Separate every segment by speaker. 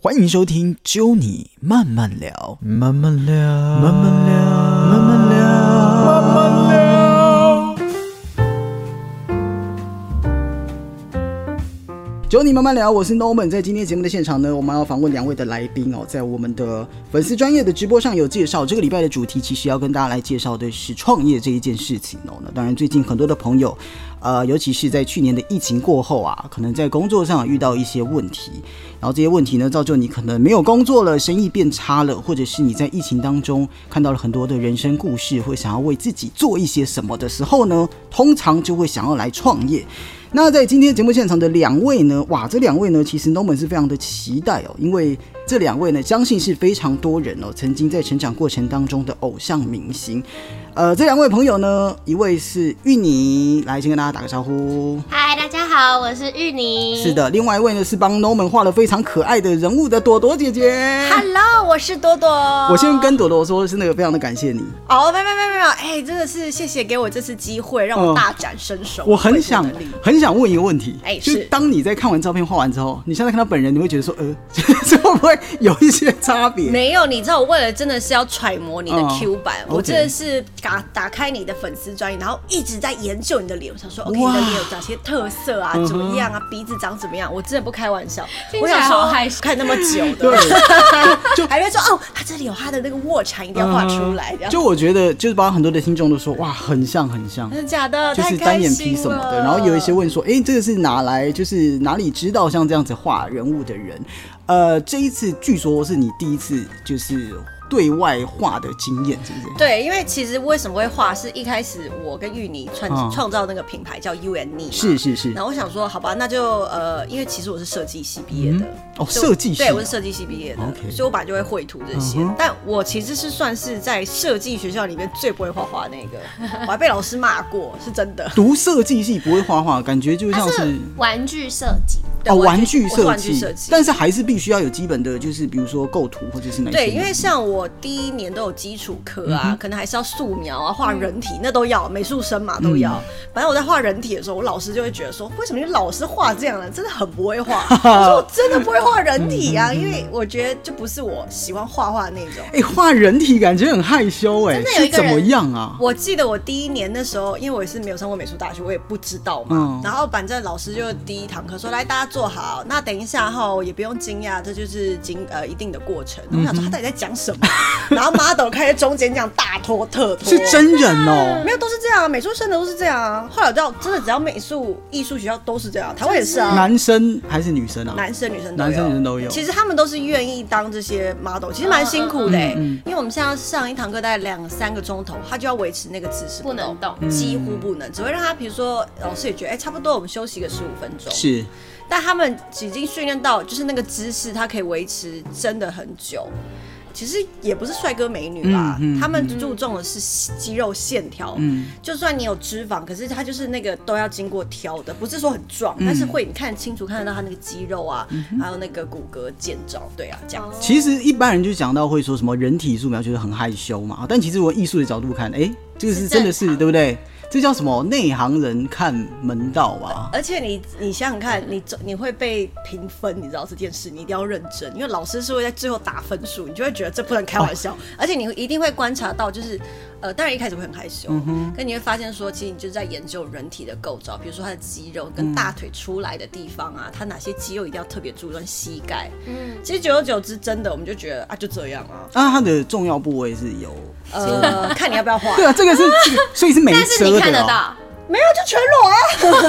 Speaker 1: 欢迎收听《揪你慢慢聊
Speaker 2: 慢慢聊，》，
Speaker 1: 慢慢聊，慢慢聊，慢慢聊。揪你慢慢聊，我是 Norman。在今天节目的现场呢，我们要访问两位的来宾哦，在我们的粉丝专业的直播上有介绍。这个礼拜的主题其实要跟大家来介绍的是创业这一件事情哦。那当然，最近很多的朋友，呃，尤其是在去年的疫情过后啊，可能在工作上遇到一些问题，然后这些问题呢，造就你可能没有工作了，生意变差了，或者是你在疫情当中看到了很多的人生故事，会想要为自己做一些什么的时候呢，通常就会想要来创业。那在今天节目现场的两位呢，哇，这两位呢，其实 Norman 是非常的期待哦，因为这两位呢，相信是非常多人哦，曾经在成长过程当中的偶像明星。呃，这两位朋友呢，一位是芋泥，来先跟大家打个招呼。
Speaker 3: 嗨，大家好，我是芋泥。
Speaker 1: 是。的，另外一位呢是帮 Norman 画了非常可爱的人物的朵朵姐姐。
Speaker 3: Hello，我是朵朵。
Speaker 1: 我先跟朵朵说，真的非常的感谢你。
Speaker 4: 哦，没有没有没有没有，哎、真的是谢谢给我这次机会，让
Speaker 1: 嗯
Speaker 4: 我大展身手。
Speaker 1: 我很想
Speaker 4: 恢复能力
Speaker 1: 很想问一个问题，
Speaker 4: 哎
Speaker 1: 就是当你在看完照片画完之后，你现在看到本人，你会觉得说，呃， 这会不会有一些差别？
Speaker 4: 没有，你知道我为了真的是要揣摩你的
Speaker 1: 嗯
Speaker 4: Q 版，
Speaker 1: OK
Speaker 4: 我真的是打打开你的粉丝专页，然后一直在研究你的脸，我想说 OK，
Speaker 1: 哇
Speaker 4: 你的脸有哪些特色啊
Speaker 1: 嗯哼，
Speaker 4: 怎么样啊，鼻子长怎么样？我真的不开玩笑，
Speaker 3: 听
Speaker 4: 我
Speaker 3: 起来
Speaker 4: 想说哦
Speaker 3: 好害羞
Speaker 4: 看那么久
Speaker 1: 对
Speaker 4: 的，，就还会说哦，他这里有他的那个卧蚕一定要画出来，这样
Speaker 1: 嗯就我觉得，就是包括很多的听众都说，哇，很像，很像。
Speaker 4: 真的假的？
Speaker 1: 就是
Speaker 4: 太
Speaker 1: 单
Speaker 4: 开
Speaker 1: 眼皮
Speaker 4: 心
Speaker 1: 什么的，
Speaker 4: 了
Speaker 1: 然后有一些问说，哎、这个是哪来？就是哪里知道像这样子画人物的人？呃，这一次据说是你第一次就是对外画的经验，是不是？
Speaker 4: 对，因为其实为什么会画，是一开始我跟芋泥创
Speaker 1: 嗯
Speaker 4: 创造那个品牌叫 U N E，
Speaker 1: 是是是
Speaker 4: 然，后我想说，好吧，那就呃，因为其实我是设计系毕业的，
Speaker 1: 哦
Speaker 4: 所以我
Speaker 1: 设计系
Speaker 4: 对，我
Speaker 1: 哦
Speaker 4: 是设计系毕业的
Speaker 1: OK
Speaker 4: 所以我本来就会绘图这些。
Speaker 1: 嗯哼
Speaker 4: 但我其实是算是在设计学校里面最不会画画那个，我还被老师骂过，是真的。
Speaker 1: 读设计系不会画画，感觉就像
Speaker 3: 它
Speaker 1: 是
Speaker 3: 是玩具设计，
Speaker 4: 对
Speaker 1: 哦
Speaker 4: 我
Speaker 1: 玩
Speaker 4: 是
Speaker 1: 具
Speaker 4: 我是
Speaker 1: 设
Speaker 4: 玩具
Speaker 1: 计
Speaker 4: 设，计，
Speaker 1: 但是还是必须要有基本的，就是比如说构图或者是哪些东
Speaker 4: 对，
Speaker 1: 西。
Speaker 4: 因为像我第一年都有基础课啊，可能还是要素描啊、画人体，那都要，美术生嘛都要。反正我在画人体的时候，我老师就会觉得说，为什么你老是画这样的，真的很不会画。我说我真的不会画人体啊，因为我觉得就不是我喜欢画画那种。
Speaker 1: 哎、画人体感觉很害羞哎、
Speaker 4: 真的有
Speaker 1: 是
Speaker 4: 一个
Speaker 1: 怎么
Speaker 4: 人
Speaker 1: 样啊？
Speaker 4: 我记得我第一年那时候，因为我也是没有上过美术大学，我也不知道
Speaker 1: 嗯
Speaker 4: 嘛。然后反正老师就第一堂课说：“来，大家坐好。”那等一下哈，也不用惊讶，这就是经呃一定的过程。
Speaker 1: 嗯
Speaker 4: 我想说他到底在讲什么？ 然后 model 开始中间这样大拖特拖，
Speaker 1: 是真人哦、
Speaker 4: 没有都是这样啊，美术生的都是这样啊。后来我知道，真的只要美术艺术学校都是这样，台湾也是
Speaker 3: 嗯
Speaker 4: 啊。
Speaker 1: 男生还是女生啊？
Speaker 4: 男生女生都有，
Speaker 1: 男生女生都有。
Speaker 4: 其实他们都是愿意当这些 model，其实蛮辛苦的、欸
Speaker 1: 嗯嗯
Speaker 4: 因为我们现在上一堂课大概两三个钟头，他就要维持那个姿势
Speaker 3: 不能动
Speaker 4: 几乎不能，只会让他比如说老师也觉得哎、差不多，我们休息个十五分钟。，
Speaker 1: 是
Speaker 4: 但他们已经训练到就是那个姿势，他可以维持真的很久。其实也不是帅哥美女啦，
Speaker 1: 嗯嗯
Speaker 4: 他们注重的是肌肉线条。
Speaker 1: 嗯
Speaker 4: 就算你有脂肪，可是它就是那个都要经过挑的，不是说很壮，
Speaker 1: 嗯
Speaker 4: 但是会你看清楚看得到它那个肌肉啊，还有那个骨骼建造，对啊，这样子。
Speaker 1: 其实一般人就讲到会说什么人体素描，觉得很害羞嘛。但其实我艺术的角度看，哎、这个是
Speaker 3: 是
Speaker 1: 真的是
Speaker 3: 正常
Speaker 1: 对不对？这叫什么内行人看门道啊？
Speaker 4: 而且你你想想看，你走你会被评分，你知道这件事，你一定要认真，因为老师是会在最后打分数，你就会觉得这不能开玩笑，而且你一定会观察到，就是呃，当然一开始会很害羞，可你会发现说，其实你就是在研究人体的构造，比如说他的肌肉跟大腿出来的地方啊，他哪些肌肉一定要特别注重，膝盖，
Speaker 3: 嗯，
Speaker 4: 其实久而久之，真的我们就觉得啊，就这样 啊。
Speaker 1: 那它的重要部位是有，
Speaker 4: 呃，看你要不要画，
Speaker 1: 对啊，这个是这个，所以是没
Speaker 3: 但是
Speaker 1: 遮
Speaker 3: 你
Speaker 1: 的
Speaker 3: 看得
Speaker 1: 哦、
Speaker 3: 到，
Speaker 4: 没有就全裸啊。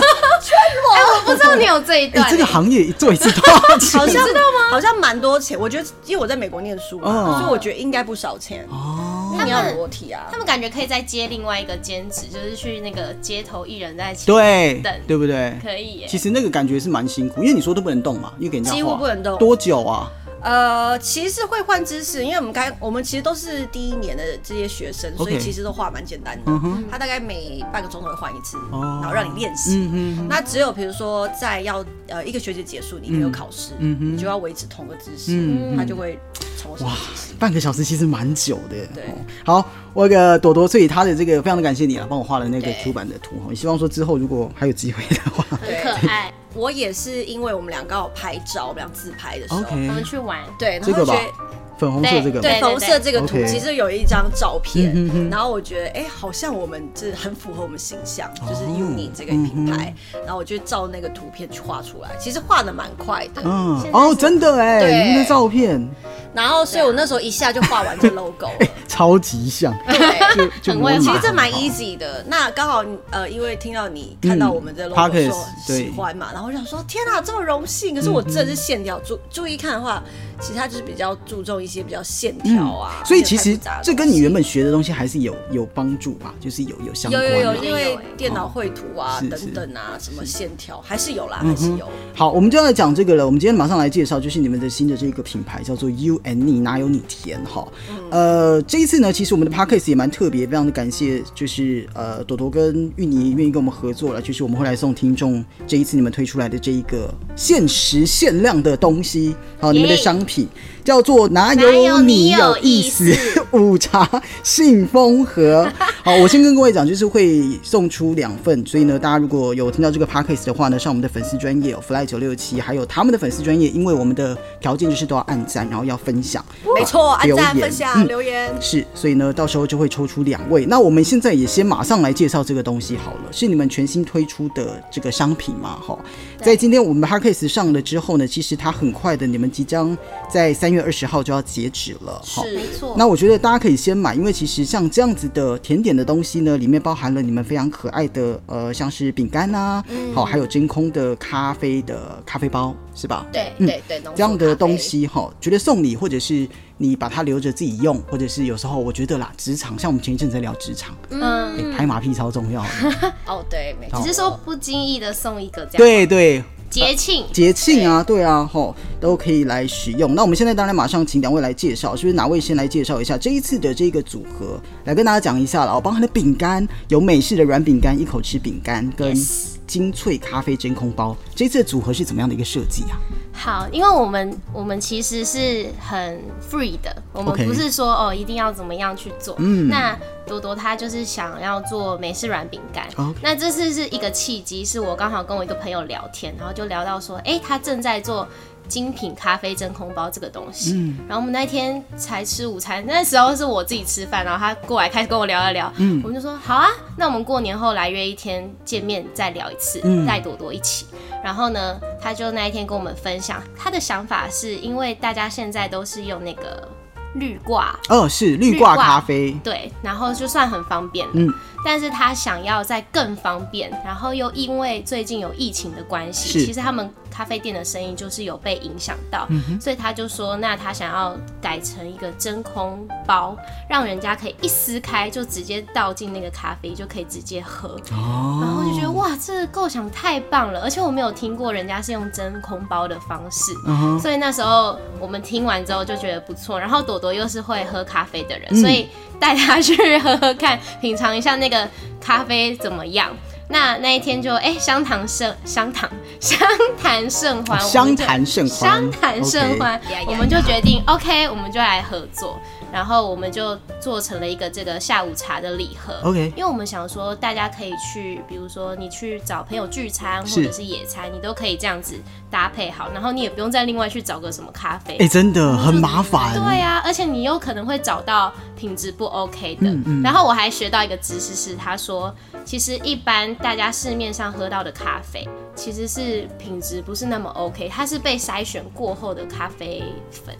Speaker 3: 哎、我不知道你有这一
Speaker 1: 哎、
Speaker 3: 段、欸
Speaker 1: 这个行业做一次多少钱？
Speaker 4: 好像
Speaker 3: 你知道
Speaker 4: 吗？好像蛮多钱，我觉得，因为我在美国念书嘛，
Speaker 1: 哦
Speaker 4: 所以我觉得应该不少钱。
Speaker 1: 哦，
Speaker 4: 那你要裸体啊
Speaker 3: 他？们感觉可以再接另外一个兼职，就是去那个街头艺人在前
Speaker 1: 对
Speaker 3: 等，
Speaker 1: 对不对？
Speaker 3: 可以耶
Speaker 1: 其。实那个感觉是蛮辛苦，因为你说都不能动嘛，因为给人家
Speaker 4: 几乎
Speaker 1: 画
Speaker 4: 不能动
Speaker 1: 多久啊？
Speaker 4: 呃，其实会换姿势，因为我们刚我们其实都是第一年的这些学生，所以
Speaker 1: OK
Speaker 4: 其实都画蛮简单的
Speaker 1: 嗯哼。
Speaker 4: 他大概每半个钟头会换一次，
Speaker 1: 哦
Speaker 4: 然后让你练习。
Speaker 1: 嗯哼，
Speaker 4: 那只有比如说在要呃一个学期结束，你没有考试，
Speaker 1: 嗯哼
Speaker 4: 你就要维持同个姿
Speaker 1: 嗯
Speaker 4: 势，他就会重新
Speaker 1: 哇
Speaker 4: 姿势。
Speaker 1: 半个小时其实蛮久的。
Speaker 4: 对
Speaker 1: 哦好，我那个朵朵，所以她的这个非常的感谢你啊，帮我画了那个
Speaker 4: 对
Speaker 1: Q 版的图哦，也希望说之后如果还有机会的话，
Speaker 3: 很可爱，
Speaker 4: 我也是因为我们两个刚好拍照，我们俩自拍的时候
Speaker 1: 哦 OK，
Speaker 3: 我们去玩，
Speaker 4: 对，然
Speaker 1: 这
Speaker 4: 后
Speaker 1: 个
Speaker 4: 就觉
Speaker 1: 吧
Speaker 4: 得。，
Speaker 1: 粉红色这个吧
Speaker 4: 哦对，
Speaker 3: 对
Speaker 4: 红色这个图
Speaker 1: OK
Speaker 4: 其实有一张照片
Speaker 1: 嗯哼哼，
Speaker 4: 然后我觉得哎、好像我们这很符合我们形象，就是
Speaker 1: 哦嗯
Speaker 4: Uni 这个品牌，然后我就照那个图片去画出来，其实画的蛮快的，
Speaker 1: 嗯
Speaker 3: 现在
Speaker 1: 哦，
Speaker 3: 是
Speaker 1: 真的哎，
Speaker 4: 对
Speaker 1: 你们的照片 哎
Speaker 4: 然后所以我那时候一下就画完这 logo 了，
Speaker 1: 超级像，
Speaker 4: 对。
Speaker 1: 就就
Speaker 3: 很
Speaker 1: 模
Speaker 3: 会
Speaker 1: 拟
Speaker 4: 其
Speaker 1: 得
Speaker 4: 实这
Speaker 1: 很
Speaker 4: 蛮
Speaker 1: 好
Speaker 4: easy 的，那刚好呃，因为听到你看到我们的
Speaker 1: 嗯
Speaker 4: logo
Speaker 1: Podcast，
Speaker 4: 说喜欢嘛，然后我想说天啊，这么荣幸。可是我真的是线条注注意看的话，其实它就是比较注重一些比较线条啊，
Speaker 1: 嗯所以
Speaker 4: 没有
Speaker 1: 其
Speaker 4: 太复
Speaker 1: 实
Speaker 4: 杂的
Speaker 1: 这跟
Speaker 4: 东
Speaker 1: 你
Speaker 4: 西
Speaker 1: 原本学的东西还是有有帮助吧，就是有有相
Speaker 4: 有
Speaker 1: 关
Speaker 4: 有有，
Speaker 1: 的。哦
Speaker 4: 因为电脑绘图啊
Speaker 1: 是是嗯
Speaker 4: 等等啊，什么线条还是有啦，还是有。
Speaker 1: 好，我们就要来讲这个了。我们今天马上来介绍，就是你们的新的这个品牌叫做 You and Me，哪有你甜哈？呃，这一次呢，其实我们的 podcast 也蛮特别，非常的感谢，就是呃朵朵跟芋泥愿意跟我们合作了，就是我们会来送听众这一次你们推出来的这一个限时限量的东西，好，你们的
Speaker 3: 耶
Speaker 1: 商品叫做哪
Speaker 3: 哪有
Speaker 1: 你
Speaker 3: 你有
Speaker 1: 意
Speaker 3: 意
Speaker 1: 思
Speaker 3: 思？
Speaker 1: 午茶信封盒。 好，我先跟各位讲，就是会送出两份，所以呢，大家如果有听到这个 podcast 的话呢，上我们的粉丝专业有 fly 九六七，还有他们的粉丝专业，因为我们的条件就是都要按赞，然后要分享，
Speaker 4: 没错，按
Speaker 1: 留
Speaker 4: 赞、
Speaker 1: 言
Speaker 4: 分享、
Speaker 1: 嗯
Speaker 4: 留言。
Speaker 1: 是，所以呢，到时候就会抽出两位。那我们现在也先马上来介绍这个东西好了，是你们全新推出的这个商品嘛？哈，在今天我们的 p a c k a s e 上了之后呢，其实它很快的，你们即将在三月二十号就要截止了，哈。
Speaker 4: 是
Speaker 3: 没错。
Speaker 1: 那我觉得大家可以先买，因为其实像这样子的甜点的东西呢，里面包含了你们非常可爱的呃，像是饼干呐、好、还有真空的咖啡的咖啡包，是吧？
Speaker 4: 对
Speaker 1: 嗯
Speaker 4: 对对，浓缩
Speaker 1: 这样的东
Speaker 4: 咖
Speaker 1: 西哈，觉得送礼或者是你把它留着自己用，或者是有时候我觉得啦，职场像我们前一阵子在聊职场，
Speaker 3: 嗯，
Speaker 1: 哎拍马屁超重要 的。
Speaker 4: 啡哦，对，没
Speaker 3: 只
Speaker 4: 错。
Speaker 3: 是说不经意的送一个
Speaker 1: 嗯
Speaker 3: 这样，，
Speaker 1: 对对，
Speaker 3: 节庆
Speaker 1: 节庆啊，对啊，吼，都可以来使用。那我们现在当然马上请两位来介绍，是不是哪位先来介绍一下这一次的这个组合？来跟大家讲一下了哦，包含了饼干，有美式的软饼干，一口吃饼干，跟精粹咖啡真空包。这一次的组合是怎么样的一个设计啊？
Speaker 3: 好，因为我们我们其实是很 free 的，我们
Speaker 1: OK 嗯
Speaker 3: 不是说哦一定要怎么样去做。那多多他就是想要做美式软饼干
Speaker 1: 哦 OK
Speaker 3: 那这次是一个契机，是我刚好跟我一个朋友聊天，然后就聊到说，哎、他正在做。精品咖啡真空包这个东西，
Speaker 1: 嗯
Speaker 3: 然后我们那天才吃午餐，那时候是我自己吃饭，然后他过来开始跟我聊一聊，
Speaker 1: 嗯
Speaker 3: 我们就说好啊，那我们过年后来约一天见面再聊一次，
Speaker 1: 嗯
Speaker 3: 带朵朵一起，然后呢，他就那一天跟我们分享他的想法，是因为大家现在都是用那个滤挂，
Speaker 1: 哦，是绿
Speaker 3: 绿
Speaker 1: 挂
Speaker 3: 挂
Speaker 1: 咖啡，
Speaker 3: 对，然后就算很方便了，
Speaker 1: 嗯
Speaker 3: 但是他想要再更方便，然后又因为最近有疫情的关
Speaker 1: 是嗯
Speaker 3: 系，其实他们咖啡店的生意就是有被影响到，所以他就说，那他想要改成一个真空包，让人家可以一撕开就直接倒进那个咖啡，就可以直接喝。然后就觉得
Speaker 1: 哦，
Speaker 3: 哇，这个构想太棒了，而且我没有听过人家是用真空包的方式，
Speaker 1: 嗯哼
Speaker 3: 所以那时候我们听完之后就觉得不错。然后朵朵又是会喝咖啡的人，
Speaker 1: 嗯
Speaker 3: 所以带她去喝喝看，品尝一下那个咖啡怎么样。那那一天就哎、相谈甚相谈 相谈甚欢，
Speaker 1: 哦
Speaker 3: 我们
Speaker 1: 相
Speaker 3: 就
Speaker 1: 谈甚欢
Speaker 3: 相谈甚欢
Speaker 4: OK 呀呀
Speaker 3: 我们就决定 OK，我们就来合作。然后我们就做成了一个这个下午茶的礼盒
Speaker 1: OK
Speaker 3: 因为我们想说大家可以去，比如说你去找朋友聚餐
Speaker 1: 是
Speaker 3: 或者是野餐，你都可以这样子搭配好，然后你也不用再另外去找个什么咖啡。
Speaker 1: 哎，真的很麻烦。
Speaker 3: 对呀、而且你有可能会找到品质不 OK 的。
Speaker 1: 嗯
Speaker 3: 然后我还学到一个知识是，他说其实一般大家市面上喝到的咖啡其实是品质不是那么 OK，它是被筛选过后的咖啡粉。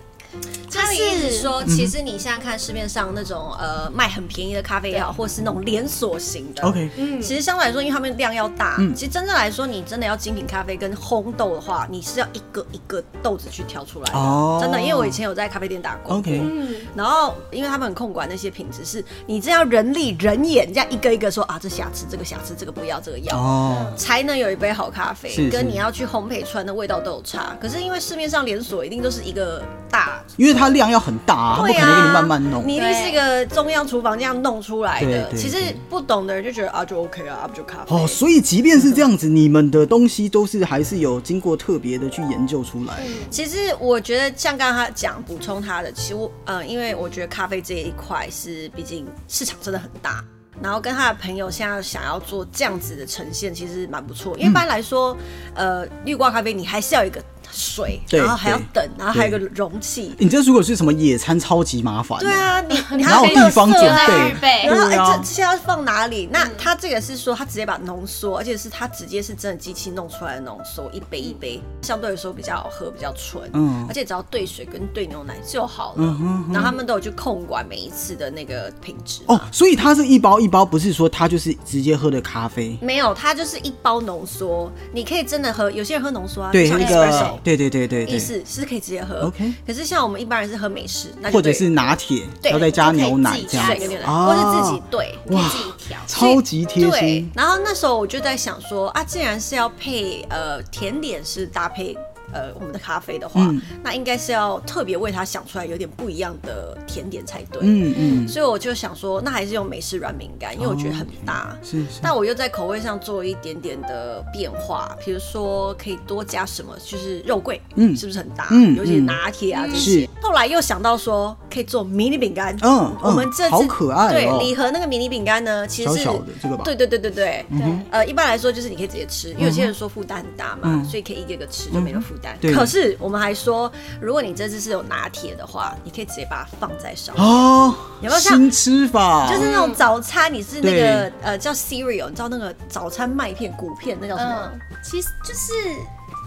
Speaker 4: 他的意思是
Speaker 1: 嗯
Speaker 4: 说，其实你现在看市面上那种呃卖很便宜的咖啡也好，或是那种连锁型的
Speaker 1: OK，
Speaker 4: 其实相对来说，因为他们量要大，其实真正来说，你真的要精品咖啡跟烘豆的话，你是要一个一个豆子去挑出来的。
Speaker 1: 哦
Speaker 4: 真的，因为我以前有在咖啡店打工。
Speaker 1: OK，
Speaker 3: 嗯，
Speaker 4: 然后，因为他们很控管那些品质，是你真要人力人眼，这样一个一个说啊，这瑕疵，这个瑕疵，这个不要，这个要，
Speaker 1: 哦，
Speaker 4: 才能有一杯好咖啡。
Speaker 1: 是是
Speaker 4: 跟你要去烘焙出来的味道都有差。可是因为市面上连锁一定都是一个大
Speaker 1: 因为它量要很大啊，它不
Speaker 4: 对
Speaker 1: 可
Speaker 4: 啊，
Speaker 1: 能给你慢慢弄。
Speaker 4: 你一定是一个中央厨房这样弄出来
Speaker 1: 对
Speaker 4: 的。
Speaker 1: 对
Speaker 4: 其实
Speaker 1: 对
Speaker 4: 不懂的人就觉得啊，就 OK 啊，啊不就咖啡。
Speaker 1: 哦，所以即便是这样子，你们的东西都是还是有经过特别的去研究出来的。
Speaker 4: 其实我觉得像刚刚他讲补充他的，其实我呃，因为我觉得咖啡这一块是，毕竟市场真的很大。然后跟他的朋友现在想要做这样子的呈现，其实蛮不错。因为一般来说，呃，绿瓜咖啡你还是要有一个水，
Speaker 1: 对
Speaker 4: 然后还要
Speaker 1: 对
Speaker 4: 等，然后还有一个容器。
Speaker 1: 你这如果是什么野餐，超级麻烦。
Speaker 4: 对，啊，你你
Speaker 1: 哪
Speaker 4: 还
Speaker 1: 有
Speaker 4: 没有
Speaker 1: 地方
Speaker 4: 设
Speaker 1: 准
Speaker 4: 啊
Speaker 3: 在
Speaker 1: 备
Speaker 3: 预？备
Speaker 4: 然后哎、
Speaker 1: 对啊
Speaker 4: 这这些要放哪里？那他这个是说他直接把浓缩，而且是他直接是真的机器弄出来的浓缩，一杯一杯，相对来说比较好喝，比较纯，
Speaker 1: 嗯
Speaker 4: 而且只要兑水跟兑牛奶就好了。
Speaker 1: 嗯哼哼
Speaker 4: 然后他们都有去控管每一次的那个品质嘛。
Speaker 1: 哦，所以它是一包一包，不是说它就是直接喝的咖啡。
Speaker 4: 没有，它就是一包浓缩，你可以真的喝。有些人喝浓缩啊，
Speaker 1: 对，
Speaker 4: 像
Speaker 1: 那
Speaker 4: espresso，
Speaker 1: 个，对对对对
Speaker 4: 意
Speaker 1: 对，
Speaker 4: 思是可以直接喝。
Speaker 1: OK
Speaker 4: 可是像我们一般人是喝美式，那就
Speaker 1: 或者
Speaker 4: 对
Speaker 1: 是拿铁，
Speaker 4: 对
Speaker 1: 然后再加牛奶
Speaker 3: 就可以
Speaker 1: 这
Speaker 3: 自己
Speaker 1: 样
Speaker 4: 水
Speaker 1: 子
Speaker 4: 跟牛奶，
Speaker 1: 啊
Speaker 4: 或是自己兑。
Speaker 3: 可以
Speaker 1: 哇
Speaker 3: 自己调。
Speaker 1: 超级贴
Speaker 4: 对
Speaker 1: 心，。
Speaker 4: 然后那时候我就在想说啊，既然是要配呃甜点是搭配呃我们的咖啡的话，
Speaker 1: 嗯
Speaker 4: 那应该是要特别为它想出来有点不一样的甜点才对。
Speaker 1: 嗯嗯，
Speaker 4: 所以我就想说，那还是用美式软饼干，因为我觉得很搭。
Speaker 1: 嗯是是。
Speaker 4: 但我又在口味上做一点点的变化，比如说可以多加什么，就是肉桂，
Speaker 1: 嗯
Speaker 4: 是不是很搭？
Speaker 1: 嗯
Speaker 4: 尤其拿铁啊
Speaker 3: 嗯
Speaker 4: 这些
Speaker 1: 是。
Speaker 4: 后来又想到说可以做迷你饼干，
Speaker 1: 嗯
Speaker 4: 我们这
Speaker 1: 嗯
Speaker 4: 次
Speaker 1: 好可爱
Speaker 4: 对
Speaker 1: 哦，
Speaker 4: 礼盒那个迷你饼干呢，其实
Speaker 1: 小
Speaker 4: 是
Speaker 1: 小的这个吧，嗯
Speaker 4: 对对对对对，
Speaker 3: 对，
Speaker 4: 呃，一般来说就是你可以直接吃，因为有些人说负担很大嘛，
Speaker 1: 嗯
Speaker 4: 所以可以一个一个吃就没有负担。
Speaker 1: 对
Speaker 4: 可是我们还说，如果你这次是有拿铁的话，你可以直接把它放在上面。
Speaker 1: 哦，
Speaker 4: 有没有像
Speaker 1: 新吃法？
Speaker 4: 就是那种早餐，你是那
Speaker 1: 对
Speaker 4: 个呃叫 cereal，你知道那个早餐麦片谷片那叫什么？
Speaker 3: 嗯，其实就是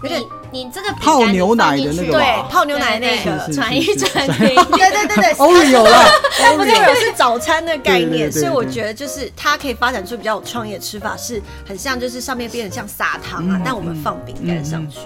Speaker 4: 有点
Speaker 3: 你你这个饼干
Speaker 1: 泡牛奶的
Speaker 3: 你放进去
Speaker 1: 那个吧
Speaker 4: 对，泡牛奶那
Speaker 3: 对对
Speaker 4: 个
Speaker 1: 是。
Speaker 3: 转一转给
Speaker 4: 对对对对，
Speaker 1: Oreo 啦
Speaker 4: 它不是 Oreo 是早餐的概
Speaker 1: 哦对对对对
Speaker 4: 念，
Speaker 1: 对
Speaker 4: 所以我觉得就是它可以发展出比较有创意的吃法，是很像就是上面变成像撒糖
Speaker 1: 嗯
Speaker 4: 啊，但我们放饼干上去，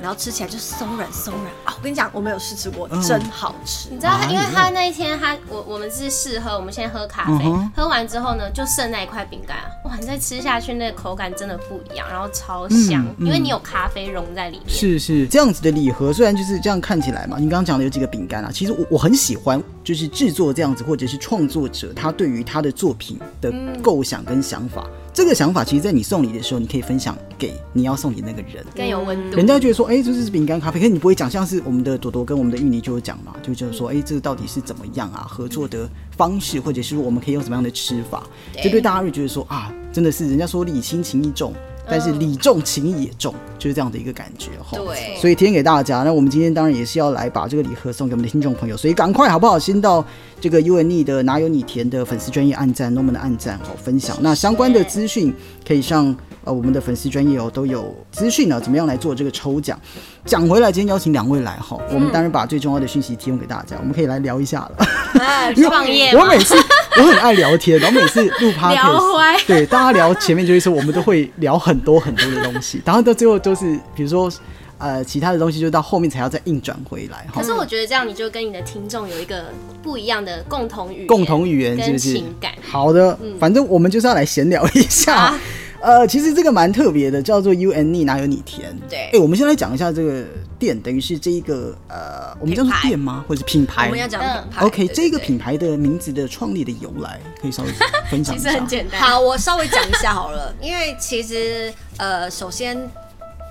Speaker 4: 然后吃起来就松软松软啊！我跟你讲，我没有试吃过
Speaker 1: 嗯，
Speaker 4: 真好吃
Speaker 3: 你。知道他，
Speaker 1: 哎呦
Speaker 3: 因为他那一天他我我们是试喝，我们先喝咖啡，
Speaker 1: 嗯哼
Speaker 3: 喝完之后呢，就剩那一块饼干，哇，你再吃下去，那个口感真的不一样，然后超香，
Speaker 1: 嗯嗯
Speaker 3: 因为你有咖啡融在里面。
Speaker 1: 是是这样子的礼盒，虽然就是这样看起来嘛，你刚刚讲的有几个饼干啊，其实我我很喜欢，就是制作这样子或者是创作者他对于他的作品的构想跟想法，这个想法其实，在你送礼的时候，你可以分享给你要送礼那个人。
Speaker 3: 更有温度。
Speaker 1: 人家觉得说，哎、这是饼干咖啡，可是你不会讲，像是我们的朵朵跟我们的芋泥就有讲嘛，就觉得说，哎、这个到底是怎么样啊？合作的方式，或者是我们可以用什么样的吃法？这对大家会觉得说啊，真的是人家说礼轻情意重，但是礼重情意也重，就是这样的一个感觉哈。
Speaker 4: 对
Speaker 1: 所以提供给大家。那我们今天当然也是要来把这个礼盒送给我们的听众朋友，所以赶快好不好？先到这个 U N E 的哪有你甜的粉丝专业暗赞，Norman 的暗赞好分享。那相关的资讯可以上呃我们的粉丝专业哦都有资讯啊呢，怎么样来做这个抽奖？讲回来，今天邀请两位来哈，
Speaker 3: 嗯
Speaker 1: 我们当然把最重要的讯息提供给大家，我们可以来聊一下
Speaker 3: 啊
Speaker 1: 了。
Speaker 4: 哎
Speaker 1: 因为
Speaker 3: 创业
Speaker 1: 嗯
Speaker 3: 吗
Speaker 1: 我每次我很爱聊天，然后每次录
Speaker 3: 聊
Speaker 1: podcast，
Speaker 3: 歪
Speaker 1: 对大家聊前面就会说我们都会聊很多很多的东西，然后到最后都是比如说呃其他的东西就到后面才要再硬转回来哈
Speaker 3: 可。是我觉得这样，你就跟你的听众有一个不一样的共同语言
Speaker 1: 共同语言是
Speaker 3: 跟
Speaker 1: 不是
Speaker 3: 情感？。
Speaker 1: 好的，反正我们就是要来闲聊一下
Speaker 3: 啊。
Speaker 1: 呃，其实这个蛮特别的，叫做 U N E 哪有你甜？
Speaker 4: 对
Speaker 1: 哎、我们先来讲一下这个店，等于是这一个呃，我们叫做
Speaker 3: 品牌
Speaker 1: 店吗？或者是品牌？
Speaker 4: 我们要讲品牌
Speaker 1: 哎 OK，
Speaker 4: 对
Speaker 1: 这个
Speaker 4: 对对
Speaker 1: 品牌的名字的创立的由来，可以稍微分享
Speaker 3: 其
Speaker 1: 一
Speaker 3: 实
Speaker 1: 下。
Speaker 3: 很简单。，
Speaker 4: 好，我稍微讲一下好 了，因为其实呃，首先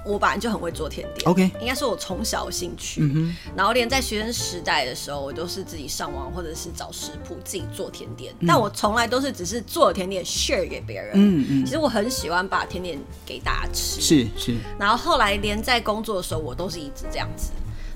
Speaker 4: 我本来就很会做甜点
Speaker 1: OK 嗯
Speaker 4: 应该说我从小有兴趣，然后连在学生时代的时候，我都是自己上网或者是找食谱自己做甜点，但我从来都是只是做甜点 share 给别人，
Speaker 1: 嗯嗯
Speaker 4: 其实我很喜欢把甜点给大家吃，
Speaker 1: 是是，
Speaker 4: 然后后来连在工作的时候，我都是一直这样子。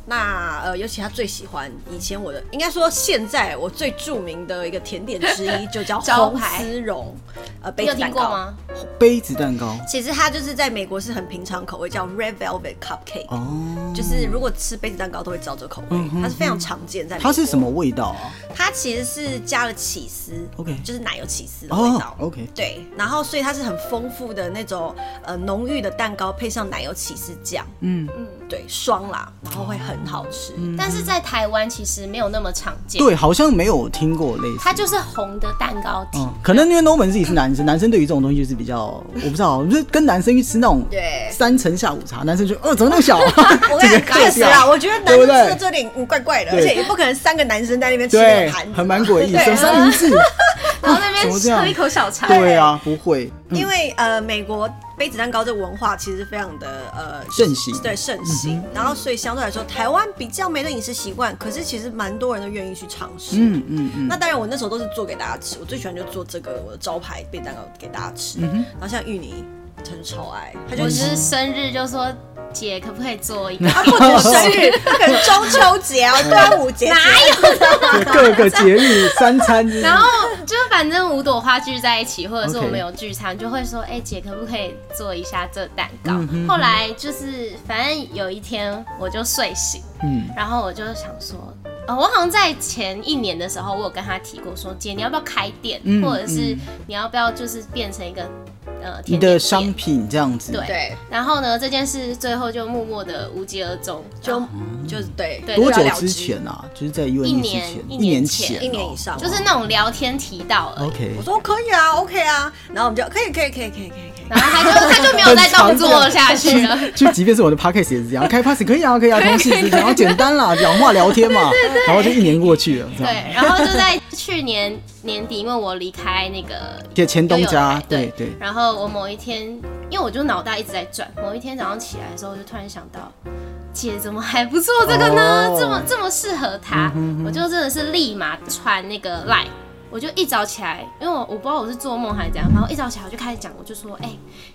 Speaker 4: 那呃，尤其他最喜欢以前我的，应该说现在我最著名的一个甜点之一就 叫
Speaker 3: 招
Speaker 4: 红
Speaker 3: 牌
Speaker 4: 丝绒，呃，
Speaker 3: 你
Speaker 4: 杯
Speaker 3: 有
Speaker 4: 子
Speaker 3: 听
Speaker 4: 蛋
Speaker 3: 过
Speaker 4: 糕。
Speaker 3: 吗？
Speaker 1: 杯子蛋糕
Speaker 4: 其实它就是在美国是很平常口味，叫 Red Velvet Cupcake，、
Speaker 1: 哦，嗯
Speaker 4: 就是如果吃杯子蛋糕都会知道这个口味，它是非常常见在美
Speaker 1: 它
Speaker 4: 国。
Speaker 1: 是什么？味道啊？
Speaker 4: 它其实是加了起司
Speaker 1: OK
Speaker 4: 就是奶油起司的味
Speaker 1: 哦
Speaker 4: 道。
Speaker 1: ，OK，
Speaker 4: 对，然后所以它是很丰富的那种呃浓郁的蛋糕，配上奶油起司酱，
Speaker 1: 嗯，
Speaker 4: 对，霜啦，然后会很好吃。
Speaker 3: 但是在台湾其实没有那么常见。，
Speaker 1: 对，好像没有听过类似。
Speaker 3: 它就是红的蛋糕体。
Speaker 1: 嗯，可能因为 Norman 自己是男生，男生对于这种东西就是比较，我不知道，就是跟男生去吃那种
Speaker 4: 对
Speaker 1: 三层下午茶，男生就呃怎么那么小、
Speaker 4: 我
Speaker 1: 这
Speaker 4: 跟
Speaker 1: 个
Speaker 4: 你讲，确
Speaker 1: 扣
Speaker 4: 实啊，
Speaker 1: 掉，
Speaker 4: 我觉得男
Speaker 1: 对不
Speaker 4: 生
Speaker 1: 对
Speaker 4: 吃的这点嗯怪怪的，
Speaker 1: 对
Speaker 4: 而且也不可能三个男生在那边吃那
Speaker 1: 对
Speaker 4: 个盘子，，
Speaker 1: 很蛮诡异，
Speaker 4: 对
Speaker 1: 什么三明治，
Speaker 3: 然后那边
Speaker 1: 哦怎么这样
Speaker 3: 喝一口小茶，
Speaker 1: 对啊，不会，嗯
Speaker 4: 因为呃，美国杯子蛋糕这文化其实非常的呃
Speaker 1: 盛行嗯
Speaker 4: 对盛行。然后所以相对来说，台湾比较没的饮食习惯，可是其实蛮多人都愿意去尝试。
Speaker 1: 嗯嗯嗯，
Speaker 4: 那当然，我那时候都是做给大家吃，我最喜欢就做这个我的招牌杯蛋糕给大家
Speaker 1: 嗯
Speaker 4: 吃。然后像芋泥，他就超爱，他就
Speaker 3: 我
Speaker 4: 是
Speaker 3: 是生日就说姐可不可以做一 个？
Speaker 4: 他不止生日，他可能中秋节啊、端午节，哪有？
Speaker 1: 各个节日三餐就是，
Speaker 3: 然后就是反正五朵花聚在一起，或者是
Speaker 1: OK
Speaker 3: 我们有聚餐，就会说，哎、姐可不可以做一下这蛋糕？
Speaker 1: 嗯
Speaker 3: 后来就是反正有一天我就睡醒，
Speaker 1: 嗯
Speaker 3: 然后我就想说，呃，我好像在前一年的时候，我有跟他提过说，姐你要不要开店，
Speaker 1: 嗯
Speaker 3: 或者是
Speaker 1: 嗯
Speaker 3: 你要不要就是变成一个呃
Speaker 1: 你
Speaker 3: 甜点
Speaker 1: 的
Speaker 3: 店
Speaker 1: 商品这样子，
Speaker 3: 对
Speaker 4: 对，
Speaker 3: 然后呢，这件事最后就默默的无疾而终，
Speaker 4: 就
Speaker 3: 然后
Speaker 4: 就是对，
Speaker 3: 对
Speaker 1: 哦多
Speaker 4: 不
Speaker 1: 久
Speaker 4: 了了
Speaker 1: 之
Speaker 4: 之？
Speaker 1: 前啊？就是在 U N 之前，
Speaker 3: 一年
Speaker 1: 前哦，
Speaker 4: 一年以上
Speaker 3: 就是那种聊天提到而已
Speaker 1: OK，
Speaker 4: 我说可以啊，OK 啊，然后我们就可以，可以，可以，可以，可以，可以。
Speaker 3: 然后他就他就没有再动作下去了。
Speaker 1: 就即便是我的 podcast 也是这样，开 pass 可以啊，可以啊，同事之间，然后简单啦，讲话聊天嘛，然后就一年过去了，这样。
Speaker 3: 对，然后就在去年年底，因为我离开那个
Speaker 1: 对，前东
Speaker 3: 悠悠
Speaker 1: 家
Speaker 3: 台，
Speaker 1: 对
Speaker 3: 对
Speaker 1: 对，
Speaker 3: 然后我某一天，因为我就脑袋一直在转，某一天早上起来的时候，我就突然想到，姐怎么还不做这个呢？
Speaker 1: 哦
Speaker 3: 这么这么适合嗯她，我就真的是立马传那个 line。我就一早起来，因为我我不知道我是做梦还是怎样，然后一早起来我就开始讲，我就说，哎、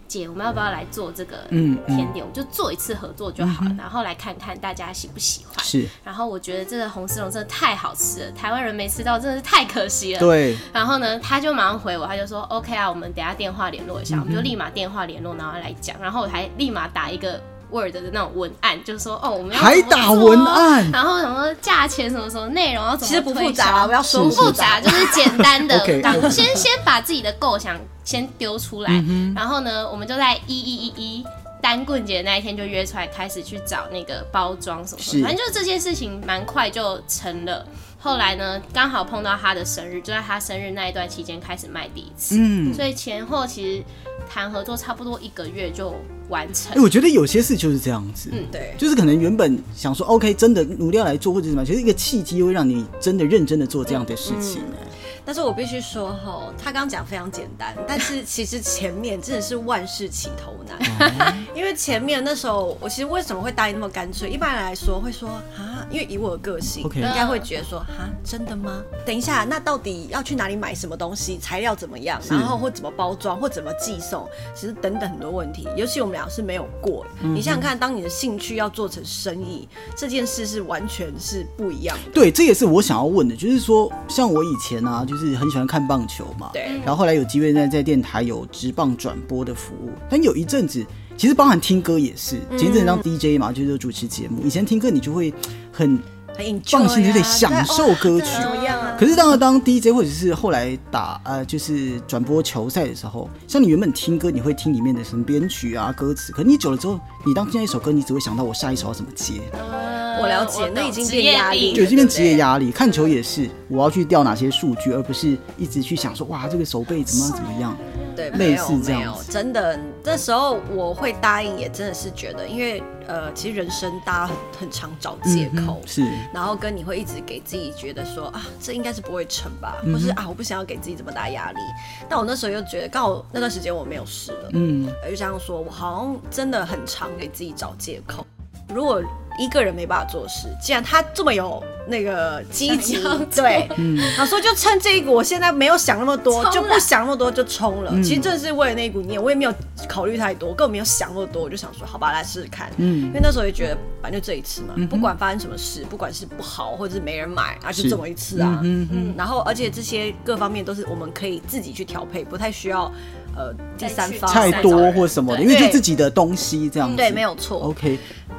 Speaker 3: 姐，我们要不要来做这个
Speaker 1: 嗯嗯
Speaker 3: 甜点？我就做一次合作就好了，然后来看看大家喜不喜欢。
Speaker 1: 是，
Speaker 3: 然后我觉得这个红丝绒真的太好吃了，台湾人没吃到真的是太可惜了。
Speaker 1: 对，
Speaker 3: 然后呢，他就马上回我，他就说 OK 啊，我们等一下电话联络一
Speaker 1: 嗯
Speaker 3: 下，我们就立马电话联络，然后来讲。然后我还立马打一个 Word 的那种文案，就说哦，我们要
Speaker 1: 还
Speaker 3: 怎么
Speaker 1: 打
Speaker 3: 做
Speaker 1: 文案
Speaker 3: 然后什么价钱什么什么内容要怎么
Speaker 4: 其实不复
Speaker 3: 推
Speaker 4: 杂
Speaker 3: 销
Speaker 4: 啊，不要说
Speaker 3: 不复
Speaker 4: 复
Speaker 3: 杂，就是简单的
Speaker 1: OK，
Speaker 3: 把先先把自己的构想先丢出来，然后呢，我们就在一一一一。单棍节那一天就约出来，开始去找那个包装什么什
Speaker 1: 是
Speaker 3: 么，反正就是这件事情蛮快就成了。后来呢，刚好碰到他的生日，就在他生日那一段期间开始卖第一次，
Speaker 1: 嗯。
Speaker 3: 所以前后其实谈合作差不多一个月就完成
Speaker 1: 哎、。我觉得有些事就是这样子，
Speaker 3: 嗯
Speaker 4: 对，
Speaker 1: 就是可能原本想说 OK，真的努力要来做或者是什么，其实一个契机会让你真的认真的做这样的事情、哎
Speaker 4: 但是我必须说吼，他刚讲非常简单，但是其实前面真的是万事起头
Speaker 1: 嗯哎
Speaker 4: 难，因为前面那时候我其实为什么会答应那么干脆？一般人来说会说啊，因为以我的个性
Speaker 1: OK
Speaker 4: 应该会觉得说啊，真的吗？等一下，那到底要去哪里买什么东西？材料怎么样？然后或怎么包装，或怎么寄送？其实等等很多问题，尤其我们俩是没有过的。
Speaker 1: 嗯
Speaker 4: 你想想看，当你的兴趣要做成生意，这件事是完全是不一样的。
Speaker 1: 对，这也是我想要问的，就是说，像我以前啊，就是很喜欢看棒球嘛，
Speaker 4: 对
Speaker 1: 然后后来有机会在在电台有直棒转播的服务，但有一阵子，其实包含听歌也是，前一阵子当 DJ 嘛，就是主持节目，以前听歌你就会很
Speaker 4: 很 enjoy
Speaker 1: 放心，
Speaker 4: 啊
Speaker 1: 就得享受歌曲
Speaker 4: 对。哦对啊怎么样啊？
Speaker 1: 可是当当 DJ 或者是后来打呃就是转播球赛的时候，像你原本听歌，你会听里面的什么编曲啊歌词，可你久了之后，你当听到一首歌，你只会想到我下一首要怎么接，
Speaker 3: 呃
Speaker 4: 我了解
Speaker 3: 懂
Speaker 4: 那已经
Speaker 3: 职
Speaker 4: 变
Speaker 3: 业
Speaker 4: 压力
Speaker 3: 病
Speaker 1: 就已经变
Speaker 4: 对
Speaker 1: 职业压力。看球也是，我要去调哪些数据，而不是一直去想说哇这个手背怎么样怎么样。
Speaker 4: 对，
Speaker 1: 类
Speaker 4: 没有
Speaker 1: 似这样
Speaker 4: 没有
Speaker 1: 子，
Speaker 4: 真的，那时候我会答应，也真的是觉得，因为呃，其实人生大家很很常找借口。
Speaker 1: 嗯是
Speaker 4: 然后跟你会一直给自己觉得说啊，这应该是不会成吧，
Speaker 1: 嗯
Speaker 4: 或是啊，我不想要给自己这么大压力。但我那时候又觉得，刚好那段时间我没有事了，
Speaker 1: 嗯
Speaker 4: 我就这样说，我好像真的很常给自己找借口。如果一个人没办法做事，既然他这么有那个积极
Speaker 3: 想要，做
Speaker 4: 对，
Speaker 1: 嗯
Speaker 4: 然后说就趁这一股，我现在没有想那么多，
Speaker 3: 冲了
Speaker 4: 就不想那么多就冲
Speaker 1: 嗯
Speaker 4: 了。其实正是为了那一股念，我也没有考虑太多，我根本没有想那么多，我就想说好吧，来试试看。
Speaker 1: 嗯
Speaker 4: 因为那时候也觉得反正就这一次嘛，不管发生什么事，不管是不好或者是没人买，啊，
Speaker 1: 是
Speaker 4: 就这么一次啊。
Speaker 1: 嗯
Speaker 4: 嗯，然后而且这些各方面都是我们可以自己去调配，不太需要呃第三方
Speaker 1: 太多或什么的，因为就
Speaker 4: 对
Speaker 1: 自己的东西这样子。
Speaker 4: 对，没有错。
Speaker 1: OK，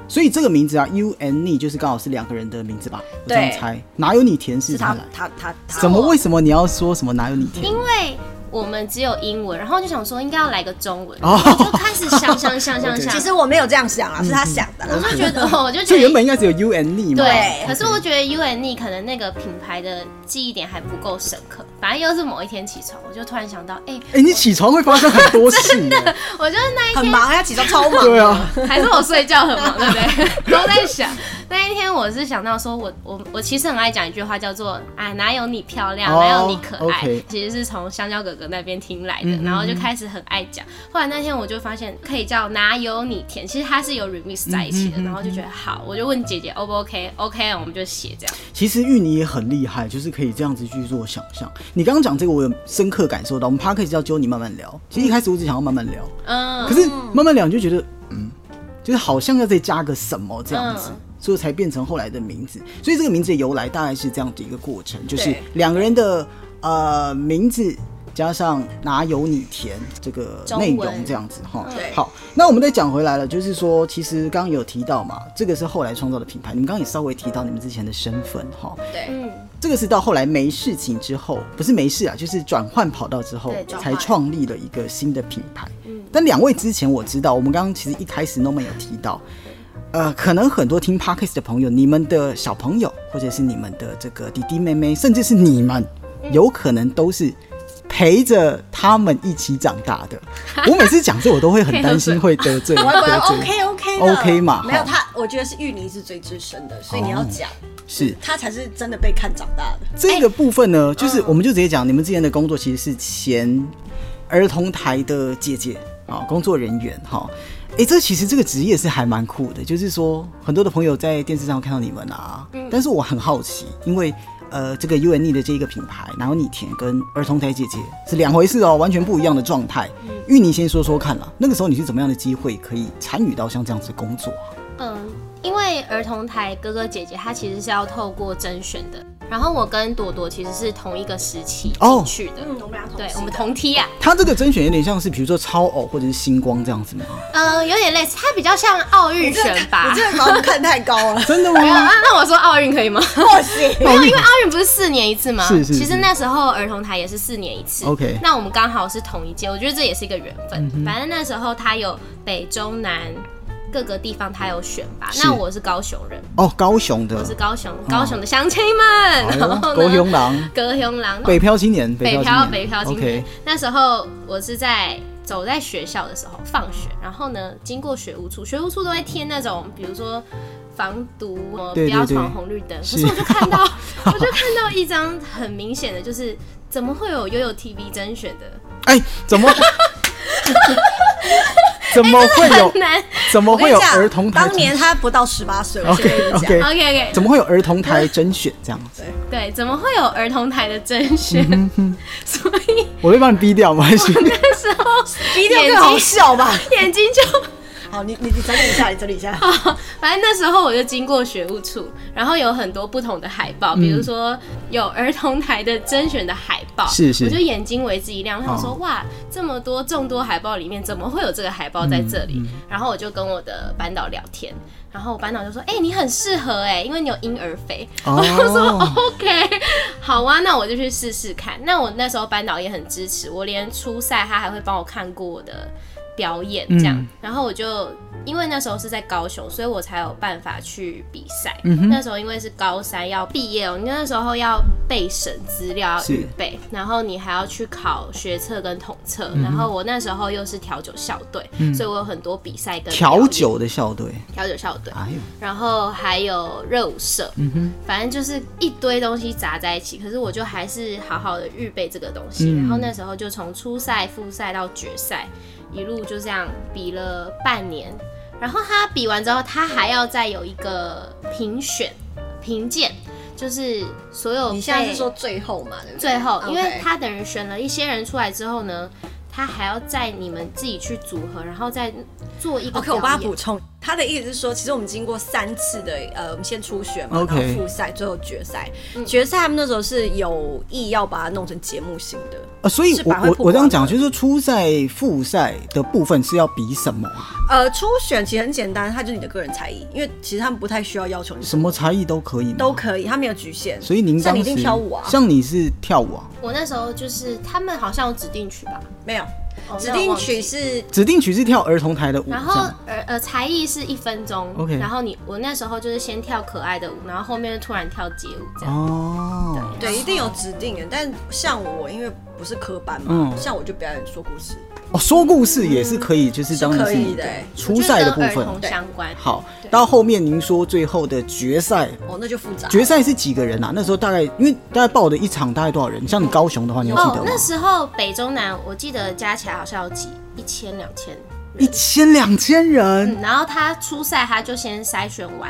Speaker 1: 所以这个名字啊，U and Me 就是刚好是两个人的名字吧？我这样
Speaker 4: 对
Speaker 1: 猜，哪有你填是
Speaker 4: 是
Speaker 1: 他
Speaker 4: 他
Speaker 1: 来？
Speaker 4: 他他他
Speaker 1: 什么？为什么你要说什么哪有你填？
Speaker 3: 因为我们只有英文，然后就想说应该要来个中文，
Speaker 1: 哦
Speaker 3: 我就开始想想想想
Speaker 1: OK
Speaker 3: 想，
Speaker 4: 其实我没有这样想啊，
Speaker 1: 嗯
Speaker 4: 是他想的
Speaker 3: 我
Speaker 4: 啦。
Speaker 3: 就觉得，哦我就觉
Speaker 1: 所
Speaker 3: 得
Speaker 1: 以原本应该只有 U and Me 嘛。
Speaker 3: 对，可是
Speaker 1: OK
Speaker 3: 我觉得 U N E 可能那个品牌的记忆点还不够深刻。反正又是某一天起床，我就突然想到，哎、
Speaker 1: 哎、你起床会发生很多 事、欸，
Speaker 3: 我就是那一
Speaker 4: 很
Speaker 3: 天
Speaker 4: 忙，他起床超忙。
Speaker 1: 对啊，
Speaker 3: 还是我睡觉很忙，对不对？都在想那一天，我是想到说我我我其实很爱讲一句话，叫做“哎，哪有你漂亮，
Speaker 1: 哦
Speaker 3: 哪有你可爱
Speaker 1: OK 嗯
Speaker 3: 其实是从香蕉哥哥那边听来的，然后就开始很爱讲。后来那天我就发现可以叫哪有你甜，其实它是有
Speaker 1: 嗯
Speaker 3: remix 在一起的，然后就觉得好，我就问姐姐 O 不 OK，OK，、我们就写这样。
Speaker 1: 其实芋泥也很厉害，就是可以这样子去做想象。你刚刚讲这个，我有深刻感受到。我们 p a r k 叫 Johnny 慢慢聊，其实一开始我只想要慢慢聊，
Speaker 3: 嗯
Speaker 1: 可，是慢慢聊你就觉得，嗯，就是好像要再加个什么这样子
Speaker 3: 嗯。
Speaker 1: 所以才变成后来的名字，所以这个名字的由来大概是这样的一个过程，就是
Speaker 4: 对
Speaker 1: 两个人的呃名字加上哪有你甜这个内
Speaker 3: 中
Speaker 1: 容
Speaker 3: 文
Speaker 1: 这样子哈
Speaker 4: 对。
Speaker 1: 好，那我们再讲回来了，就是说，其实刚刚有提到嘛，这个是后来创造的品牌，你们刚刚也稍微提到你们之前的身份哈。
Speaker 4: 对，
Speaker 3: 嗯，
Speaker 1: 这个是到后来没事情之后，不是没事啊，就是转换跑道之后
Speaker 3: 对转
Speaker 1: 才
Speaker 3: 换
Speaker 1: 创立了一个新的品牌。但两位之前我知道，我们刚刚其实一开始 Norman 有提到，呃，可能很多听 Podcast 的朋友，你们的小朋友或者是你们的这个弟弟妹妹，甚至是你们，有可能都是。陪着他们一起长大的，我每次讲这我都会很担心会得罪得
Speaker 4: 我我
Speaker 1: 罪
Speaker 4: OK OK 的
Speaker 1: OK 嘛，哦
Speaker 4: 没有
Speaker 1: 哈
Speaker 4: 他，我觉得是芋泥是最资深的，所以你要讲，
Speaker 1: 是
Speaker 4: 他才是真的被看长大的。
Speaker 1: 这个部分
Speaker 3: 哎
Speaker 1: 呢，
Speaker 3: 嗯
Speaker 1: 就是我们就直接讲，你们之前的工作其实是前儿童台的姐姐啊，工作人员哈。哎、这其实这个职业是还蛮酷的，就是说很多的朋友在电视上看到你们啊，
Speaker 3: 嗯
Speaker 1: 但是我很好奇，因为呃，这个 U N E 的这一个品牌，然后你甜跟儿童台姐姐是两回事哦，完全不一样的状态。
Speaker 3: 嗯
Speaker 1: 玉妮先说说看啦，那个时候你是怎么样的机会可以参与到像这样子的工作啊？
Speaker 3: 嗯，因为儿童台哥哥姐姐他其实是要透过甄选的，然后我跟朵朵其实是同一个时期
Speaker 1: 哦
Speaker 3: 进去的，
Speaker 4: 嗯，我们俩同
Speaker 3: 对
Speaker 4: 期，
Speaker 3: 我们同梯啊，
Speaker 1: 它这个甄选有点像是比如说超偶或者是星光这样子吗？，
Speaker 3: 嗯，有点类似，它比较像奥运选拔
Speaker 4: 你。这个高度看太高 了
Speaker 1: 真的
Speaker 3: 没有啊
Speaker 1: 吗
Speaker 3: 那？ 那我说奥运可以吗？
Speaker 4: 不行。
Speaker 3: 没有，因为奥运不是四年一次吗？
Speaker 1: 是是
Speaker 3: 其
Speaker 1: 是
Speaker 3: 实那时候儿童台也是四年一次。
Speaker 1: OK
Speaker 3: 那我们刚好是同一届，我觉得这也是一个缘分。反正那时候他有北中南各个地方，他有选拔。
Speaker 1: 是
Speaker 3: 那我是高雄人，
Speaker 1: 哦，高雄的
Speaker 3: 我，是高雄高雄的乡亲们， 然后呢，
Speaker 1: 高雄狼，
Speaker 3: 哎高雄狼，
Speaker 1: 北漂青年，
Speaker 3: 北
Speaker 1: 漂
Speaker 3: 漂北漂青年
Speaker 1: OK，。
Speaker 3: 那时候我是在走在学校的时候放学，然后呢经过学务处，学务处都会贴那种比如说防毒，呃不
Speaker 1: 对对
Speaker 3: 要
Speaker 1: 对
Speaker 3: 闯红绿灯。可
Speaker 1: 是
Speaker 3: 是我就看到，我就看到一张很明显的，就是怎么会有悠悠 TV 甄选的？
Speaker 1: 哎，怎么？ 怎么
Speaker 4: 哎
Speaker 1: 会有？
Speaker 3: 很难。
Speaker 1: 怎么
Speaker 4: 我跟
Speaker 1: 会
Speaker 4: 你
Speaker 1: 有
Speaker 4: 讲
Speaker 1: 儿童台
Speaker 4: 当
Speaker 1: 甄？
Speaker 4: 年他不到十八岁，我先
Speaker 1: OK
Speaker 4: 跟你讲。
Speaker 1: OK，
Speaker 3: OK OK，
Speaker 1: 怎么会有儿童台甄选这样子？
Speaker 3: 对，怎么会有儿童台的甄选？ 所以
Speaker 1: 我会把你逼掉吗？ 还是
Speaker 3: 那时候
Speaker 4: 低调更好笑吧？
Speaker 3: 眼睛就
Speaker 4: 好，你你你整理一下，你整理一下。
Speaker 3: 反正那时候我就经过学务处，然后有很多不同的海
Speaker 1: 嗯
Speaker 3: 报，比如说有儿童台的甄选的海报，
Speaker 1: 是是
Speaker 3: 我就眼睛为之一亮，我想说、
Speaker 1: 哦
Speaker 3: 哇，这么多众多海报里面，怎么会有这个海报在这里？
Speaker 1: 嗯
Speaker 3: 然后我就跟我的班导聊天，然后我班导就说，哎、你很适合哎、因为你有婴儿肥，我就说
Speaker 1: 哦
Speaker 3: OK，好啊，那我就去试试看。那我那时候班导也很支持我，连初赛他还会帮我看过我的表演这样。
Speaker 1: 嗯
Speaker 3: 然后我就因为那时候是在高雄，所以我才有办法去比赛。
Speaker 1: 嗯哼
Speaker 3: 那时候因为是高三要毕业哦，你那时候要备审资料要
Speaker 1: 是嗯
Speaker 3: 预备，然后你还要去考学测跟统测。然后我那时候又是调酒校队，所以我有很多比赛跟表
Speaker 1: 调
Speaker 3: 演
Speaker 1: 酒的校队？
Speaker 3: 调酒校队。
Speaker 1: 哎呦，
Speaker 3: 然后还有热舞社，反正就是一堆东西杂在一起。可是我就还是好好的预备这个东西，
Speaker 1: 嗯
Speaker 3: 然后那时候就从初赛、复赛到决赛，一路就这样比了半年。然后他比完之后，他还要再有一个评选、评鉴，就是所有
Speaker 4: 你现在
Speaker 3: 被
Speaker 4: 是说最后嘛？对不对
Speaker 3: 最后，因为
Speaker 4: OK
Speaker 3: 他等于选了一些人出来之后呢，他还要在你们自己去组合，然后再做一个
Speaker 4: OK，我帮他
Speaker 3: 表演
Speaker 4: 补充，他的意思是说，其实我们经过三次的，呃，我们先初选嘛
Speaker 1: OK 嗯
Speaker 4: 然后复赛，最后决赛。决赛他们那时候是有意要把它弄成节目型的，
Speaker 1: 呃，所以
Speaker 4: 是
Speaker 1: 我
Speaker 4: 百会
Speaker 1: 我
Speaker 4: 曝
Speaker 1: 我这样
Speaker 4: 光
Speaker 1: 讲，
Speaker 4: 的
Speaker 1: 就是初赛、复赛的部分是要比什么啊？
Speaker 4: 呃，初选其实很简单，它就是你的个人才艺，因为其实他们不太需要要求你
Speaker 1: 什么才艺都可以吗？
Speaker 4: 都。可以，他没有局限。
Speaker 1: 所以您
Speaker 4: 像
Speaker 1: 当
Speaker 4: 你一
Speaker 1: 时
Speaker 4: 定跳舞啊？
Speaker 1: 像你是跳舞啊？
Speaker 3: 我那时候就是他们好像有指定曲吧，
Speaker 1: 嗯
Speaker 4: 没有，
Speaker 3: 哦
Speaker 4: 指定曲，是
Speaker 1: 指定曲是跳儿童台的舞，
Speaker 3: 那我忘记然
Speaker 1: 这
Speaker 3: 后
Speaker 1: 样
Speaker 3: 呃呃才艺是一分钟
Speaker 1: OK
Speaker 3: 然后你我那时候就是先跳可爱的舞，然后后面就突然跳街舞这样。
Speaker 1: 哦，
Speaker 4: 对，一定有指定的，但像我因为不是科班嘛，
Speaker 1: 嗯
Speaker 4: 像我就表演说故事，
Speaker 1: 哦，说故事也是可以，就是当然
Speaker 4: 可
Speaker 1: 是你
Speaker 4: 以的欸
Speaker 1: 初赛的部
Speaker 3: 我觉得跟
Speaker 1: 分。
Speaker 3: 儿童相关。
Speaker 1: 好，到后面您说最后的决赛，
Speaker 4: 哦，那就复杂了。
Speaker 1: 决赛是几个人啊？那时候大概因为大概报的一场大概多少人？像你高雄的话，你还记
Speaker 3: 哦
Speaker 1: 得，吗
Speaker 3: 那？时候北中南我记得加起来好像有几一千两千。
Speaker 1: 一千两千人，
Speaker 3: 嗯，然后他初赛他就先筛选完，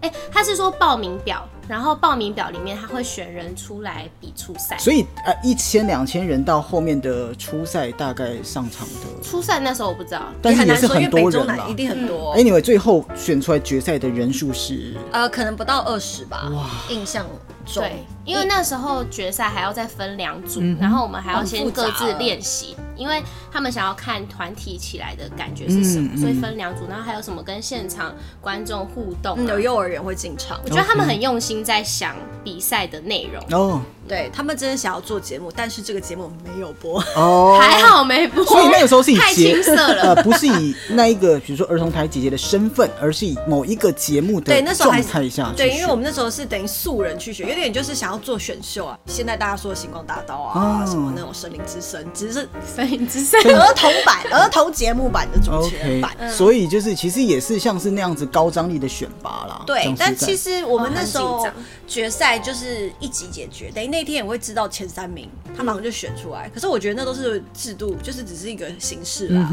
Speaker 3: 哎、他是说报名表，然后报名表里面他会选人出来比初赛。
Speaker 1: 所以呃一千两千人到后面的初赛大概上场的。
Speaker 3: 初赛那时候我不知道，
Speaker 1: 但是
Speaker 4: 很
Speaker 1: 也
Speaker 4: 难
Speaker 1: 是
Speaker 4: 说，因为
Speaker 1: 很
Speaker 4: 北
Speaker 1: 多
Speaker 4: 中
Speaker 1: 人啦
Speaker 4: 南一。定很多。
Speaker 1: Anyway，最后选出来决赛的人数是
Speaker 4: 呃，可能不到二十吧，印象中。
Speaker 3: 对，因为那时候决赛还要再分两组，
Speaker 1: 嗯
Speaker 3: 然后我们还
Speaker 1: 哦
Speaker 3: 要先各自练习，因为他们想要看团体起来的感觉是什么，
Speaker 1: 嗯嗯
Speaker 3: 所以分两组，然后还有什么跟现场观众互动、
Speaker 4: 嗯
Speaker 3: 啊。
Speaker 4: 有幼儿园会进场
Speaker 3: 我，觉得他们很用心在想比赛的内容，
Speaker 1: 哦
Speaker 4: 对他们真的想要做节目，但是这个节目没有播。
Speaker 1: 哦，
Speaker 3: 还好没 播，
Speaker 1: 所以那个时候是以
Speaker 3: 太
Speaker 1: 节
Speaker 3: 青涩了。
Speaker 1: 呃，不是以那一个比如说儿童台姐姐的身份，而是以某一个节目的
Speaker 4: 对，那时候
Speaker 1: 状
Speaker 4: 还
Speaker 1: 态下去选。
Speaker 4: 对，因为我们那时候是等于素人去学，有点就是想要做选秀啊。现在大家说的星光大道啊，
Speaker 1: 哦
Speaker 4: 什么那种森林之声，只是
Speaker 3: 所以只剩
Speaker 4: 儿童版、儿童节目版的主持人
Speaker 1: OK，
Speaker 4: 版。
Speaker 1: 所以就是其实也是像是那样子高张力的选拔啦。
Speaker 4: 对
Speaker 1: 讲，
Speaker 4: 但
Speaker 1: 实在
Speaker 4: 其实我们那时
Speaker 3: 哦很
Speaker 4: 候
Speaker 3: 紧张
Speaker 4: 决赛就是一级解决，等于那天也会知道前三名，他马上就选出来。可是我觉得那都是制度，就是只是一个形式啦。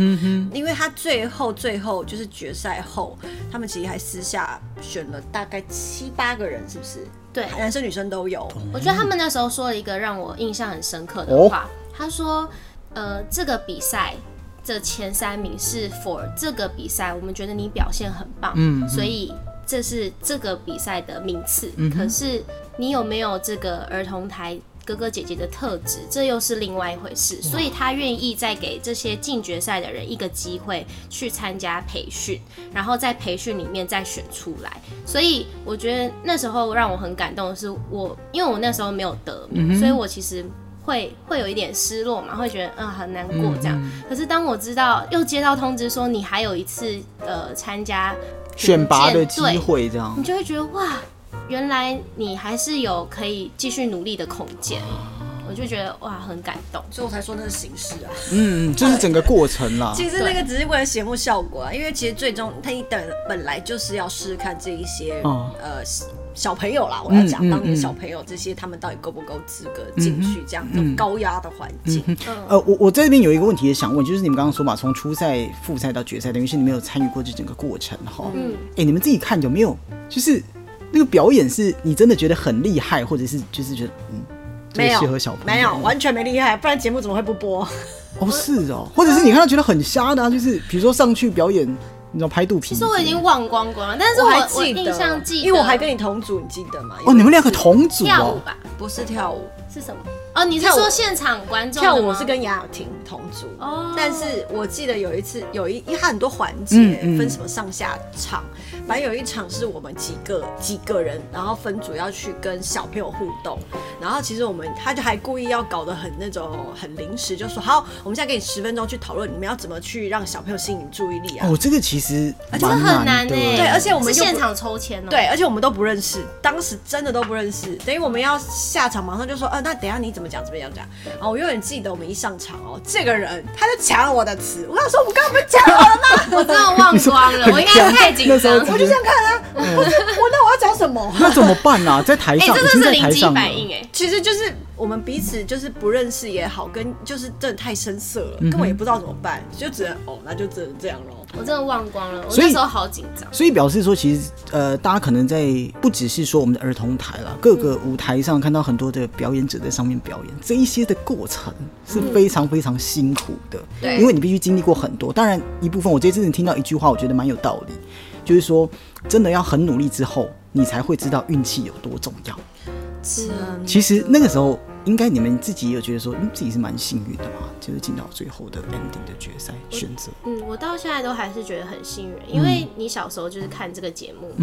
Speaker 4: 因为他最后最后就是决赛后，他们其实还私下选了大概七八个人，是不是？
Speaker 3: 对，
Speaker 4: 男生女生都有。
Speaker 1: 嗯
Speaker 3: 我觉得他们那时候说了一个让我印象很深刻的
Speaker 1: 哦
Speaker 3: 话，他说：“呃，这个比赛这前三名是 for 这个比赛，我们觉得你表现很棒，
Speaker 1: 嗯
Speaker 3: 所以这是这个比赛的名次。可是你有没有这个儿童台？”哥哥姐姐的特质，这又是另外一回事，所以他愿意再给这些进决赛的人一个机会去参加培训，然后在培训里面再选出来。所以我觉得那时候让我很感动的是我，因为我那时候没有得
Speaker 4: 嗯
Speaker 3: 名，所以我其实会会有一点失落嘛，会觉得嗯很难过这样。可是当我知道又接到通知说你还有一次呃参加
Speaker 1: 选拔的机
Speaker 3: 评鉴队
Speaker 1: 会这样
Speaker 3: 你。就会觉得哇，原来你还是有可以继续努力的空间。我就觉得哇，很感动。
Speaker 4: 所以我才说那是形式啊，
Speaker 1: 嗯，嗯，就是整个过程啦。
Speaker 4: 其实那个只是为了节目效果啊，因为其实最终他一等本来就是要试试看这一些、
Speaker 1: 哦
Speaker 4: 呃小小朋友啦，我要讲、
Speaker 1: 嗯嗯
Speaker 4: 当年
Speaker 1: 嗯
Speaker 4: 小朋友这些他们到底够不够资格进去这样
Speaker 1: 嗯
Speaker 4: 的高压的环境，
Speaker 1: 呃，我我这边有一个问题也想问，就是你们刚刚说嘛，从初赛、复赛到决赛，等于是你们有参与过这整个过程哈。嗯。哎、你们自己看有没有，就是那个表演是你真的觉得很厉害，或者是就是觉得嗯，这
Speaker 4: 没
Speaker 1: 个
Speaker 4: 有
Speaker 1: 适合小朋友，
Speaker 4: 没有完全没厉害，不然节目怎么会不播？
Speaker 1: 哦，是哦，或者是你看到觉得很瞎的、啊，就是比如说上去表演，你知道拍肚皮之
Speaker 3: 其
Speaker 1: 类
Speaker 3: 实
Speaker 1: 的。
Speaker 3: 我已经忘光光了，但是我
Speaker 4: 还
Speaker 3: 我
Speaker 4: 记得，
Speaker 3: 印象记得，
Speaker 4: 因为我还跟你同组，你记得吗？
Speaker 1: 哦，你们两个同组
Speaker 3: 跳舞
Speaker 1: 哦，
Speaker 3: 吧，
Speaker 4: 不是跳舞，
Speaker 3: 是什么？哦，你是
Speaker 4: 跳舞
Speaker 3: 说现场观众的
Speaker 4: 跳
Speaker 3: 吗
Speaker 4: 舞我是跟杨雅婷同组，
Speaker 3: 哦
Speaker 4: 但是我记得有一次有一，因为它很多环节、
Speaker 1: 嗯嗯
Speaker 4: 分什么上下场，反正有一场是我们几个几个人，然后分组要去跟小朋友互动，然后其实我们他就还故意要搞得很那种很临时，就说好，我们现在给你十分钟去讨论你们要怎么去让小朋友吸引注意力啊。
Speaker 1: 哦，这个其实
Speaker 3: 啊这
Speaker 1: 蛮
Speaker 3: 很难欸
Speaker 1: 的，
Speaker 3: 呢、
Speaker 4: 对而且我们
Speaker 3: 是
Speaker 4: 又不
Speaker 3: 现场抽签哦、
Speaker 4: 对，而且我们都不认识，当时真的都不认识。等于我们要下场，马上就说，呃，那等一下你怎么讲，怎么讲讲。然后我永远记得我们一上场哦，这个人他就抢了我的词，我跟他说，我刚刚不是讲好了 吗？
Speaker 3: 我真的忘光了，我应该是太紧
Speaker 1: 那时
Speaker 3: 张
Speaker 1: 候
Speaker 3: 了。
Speaker 1: 直
Speaker 4: 我就
Speaker 1: 接
Speaker 4: 这 样看啊，我说我那我要讲什么？
Speaker 1: 那怎么办啊？在台
Speaker 3: 哎、
Speaker 1: 上，
Speaker 3: 这
Speaker 1: 已
Speaker 3: 真
Speaker 1: 经
Speaker 3: 的是
Speaker 1: 在台
Speaker 3: 灵机
Speaker 1: 上了。
Speaker 3: 反应哎、
Speaker 4: 其实就是我们彼此就是不认识也好，跟就是真的太生涩了，
Speaker 1: 嗯
Speaker 4: 根本也不知道怎么办，就只能哦，那就只能这样喽。
Speaker 3: 我真的忘光了，我
Speaker 1: 所以
Speaker 3: 那时候好紧张。
Speaker 1: 所以表示说，其实呃，大家可能在不只是说我们的儿童台啦，各个舞台上看到很多的表演者在上面表演，这一些的过程是非常非常辛苦的，
Speaker 4: 对
Speaker 1: 因为你必须经历过很多。当然，一部分我这次听到一句话，我觉得蛮有道理，就是说真的要很努力之后，你才会知道运气有多重要。其实那个时候，应该你们自己也有觉得说，嗯，自己是蛮幸运的嘛，就是进到最后的 ending 的决赛选择。
Speaker 3: 嗯，我到现在都还是觉得很幸运，
Speaker 1: 嗯
Speaker 3: 因为你小时候就是看这个节目，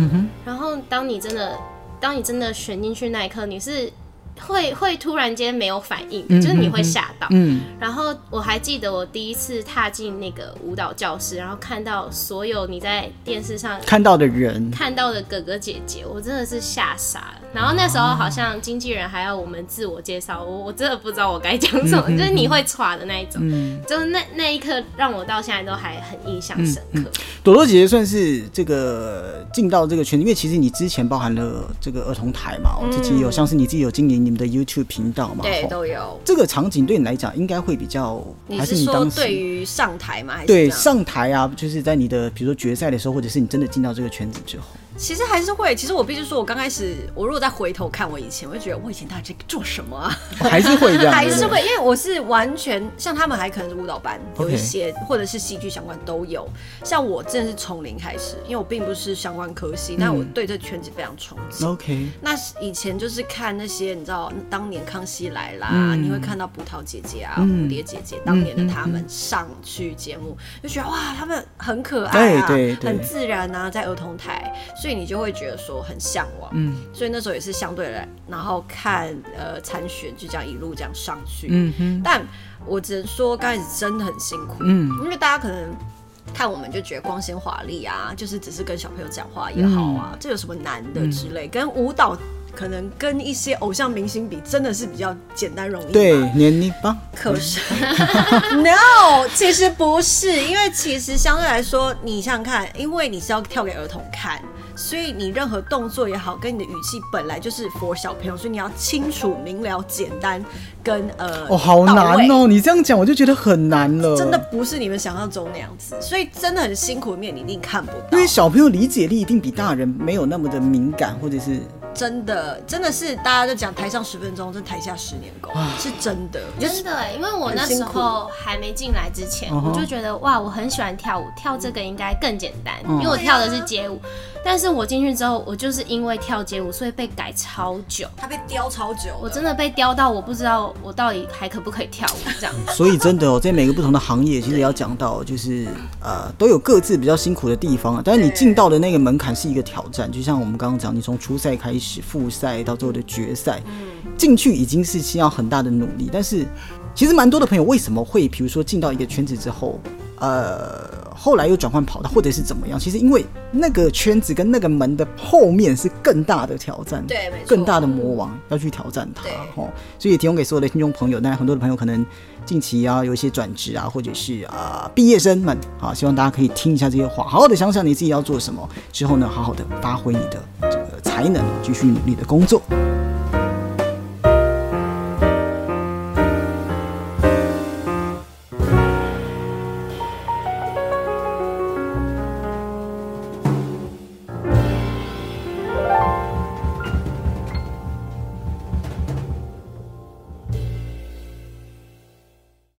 Speaker 3: 然后当你真的，当你真的选进去那一刻，你是会会突然间没有反应，就是你会吓到。
Speaker 1: 嗯，
Speaker 3: 然后我还记得我第一次踏进那个舞蹈教室，然后看到所有你在电视上
Speaker 1: 看到的人，
Speaker 3: 看到的哥哥姐姐，我真的是吓傻了。然后那时候好像经纪人还要我们自我介绍，我我真的不知道我该讲什么， 就是你会歘的那一种， 就是那那一刻让我到现在都还很印象深刻。
Speaker 1: 朵朵姐姐算是这个进到这个圈子，因为其实你之前包含了这个儿童台嘛，我自己有像是你自己有经营你们的 YouTube 频道嘛，
Speaker 4: 嗯对
Speaker 1: 吼
Speaker 4: 都有。
Speaker 1: 这个场景对你来讲应该会比较，
Speaker 4: 你
Speaker 1: 还
Speaker 4: 是
Speaker 1: 你
Speaker 4: 说
Speaker 1: 当时
Speaker 4: 对于上台吗？还是
Speaker 1: 对
Speaker 4: 这样
Speaker 1: 上台啊，就是在你的比如说决赛的时候，或者是你真的进到这个圈子之 后，
Speaker 4: 其实还是会。其实我必须说，我刚开始，我如果再回头看我以前，我就觉得我以前到底在做什么啊？
Speaker 1: 哦还是 会这样，
Speaker 4: 还
Speaker 1: 对不
Speaker 4: 是
Speaker 1: 对
Speaker 4: 会，因为我是完全像他们，还可能是舞蹈班，有
Speaker 1: OK
Speaker 4: 一些或者是戏剧相关都有。像我真的是从零开始，因为我并不是相关科
Speaker 1: 嗯
Speaker 4: 系，但我对这圈子非常憧憬。
Speaker 1: OK，
Speaker 4: 那以前就是看那些，你知道，当年康熙来啦，
Speaker 1: 嗯
Speaker 4: 你会看到葡萄姐姐啊、蝴蝶姐姐，当年的他们上去节目，就觉得哇，他们很可爱啊，
Speaker 1: 嗯对对对
Speaker 4: 很自然啊，在儿童台，所以你就会觉得说很向往。
Speaker 1: 嗯
Speaker 4: 所以那时候也是相对来，然后看呃参选，就这样一路这样上去。
Speaker 1: 嗯哼，
Speaker 4: 但我只能说刚开始真的很辛苦，
Speaker 1: 嗯
Speaker 4: 因为大家可能看我们就觉得光鲜华丽啊，就是只是跟小朋友讲话
Speaker 1: 嗯
Speaker 4: 也好啊，这有什么难的之类，跟舞蹈。可能跟一些偶像明星比，真的是比较简单容易。
Speaker 1: 对，，年龄吧，
Speaker 4: 可是，no，其实不是，因为其实相对来说，你想想看，因为你是要跳给儿童看，所以你任何动作也好，跟你的语气本来就是 for 小朋友，所以你要清楚、明了、简单跟呃
Speaker 1: 哦，好
Speaker 4: 到
Speaker 1: 难
Speaker 4: 位
Speaker 1: 哦，你这样讲我就觉得很难了，
Speaker 4: 真的。不是你们想象中那样子，所以真的很辛苦的面你一定看不到
Speaker 1: 因为。小朋友理解力一定比大人没有那么的敏感，或者是
Speaker 4: 真的，真的是大家都讲台上十分钟，这台下十年功，是真的。就是
Speaker 3: 真的欸，因为我那
Speaker 4: 很辛
Speaker 3: 时
Speaker 4: 苦
Speaker 3: 候还没进来之前，
Speaker 1: 嗯哼
Speaker 3: 我就觉得哇，我很喜欢跳舞，跳这个应该更简单，
Speaker 1: 嗯
Speaker 3: 因为我跳的是街舞。但是我进去之后，我就是因为跳街舞，所以被改超久。
Speaker 4: 他被雕超久，
Speaker 3: 我真的被雕到，我不知道我到底还可不可以跳舞这样。
Speaker 1: 所以真的哦，在每个不同的行业，其实也要讲到，就是呃，都有各自比较辛苦的地方啊。但是你进到的那个门槛是一个挑战，就像我们刚刚讲，你从初赛开始，复赛到最后的决赛，进去已经是需要很大的努力。但是其实蛮多的朋友为什么会，比如说进到一个圈子之后，呃，后来又转换跑道，或者是怎么样？其实因为那个圈子跟那个门的后面是更大的挑战，
Speaker 4: 对没错
Speaker 1: 更大的魔王要去挑战它。
Speaker 4: 对
Speaker 1: 哦，所以也提供给所有的听众朋友。当然，很多的朋友可能近期啊有一些转职啊，或者是啊、毕业生们啊，希望大家可以听一下这些话，好好的想想你自己要做什么，之后呢，好好的发挥你的这个才能，继续努力的工作。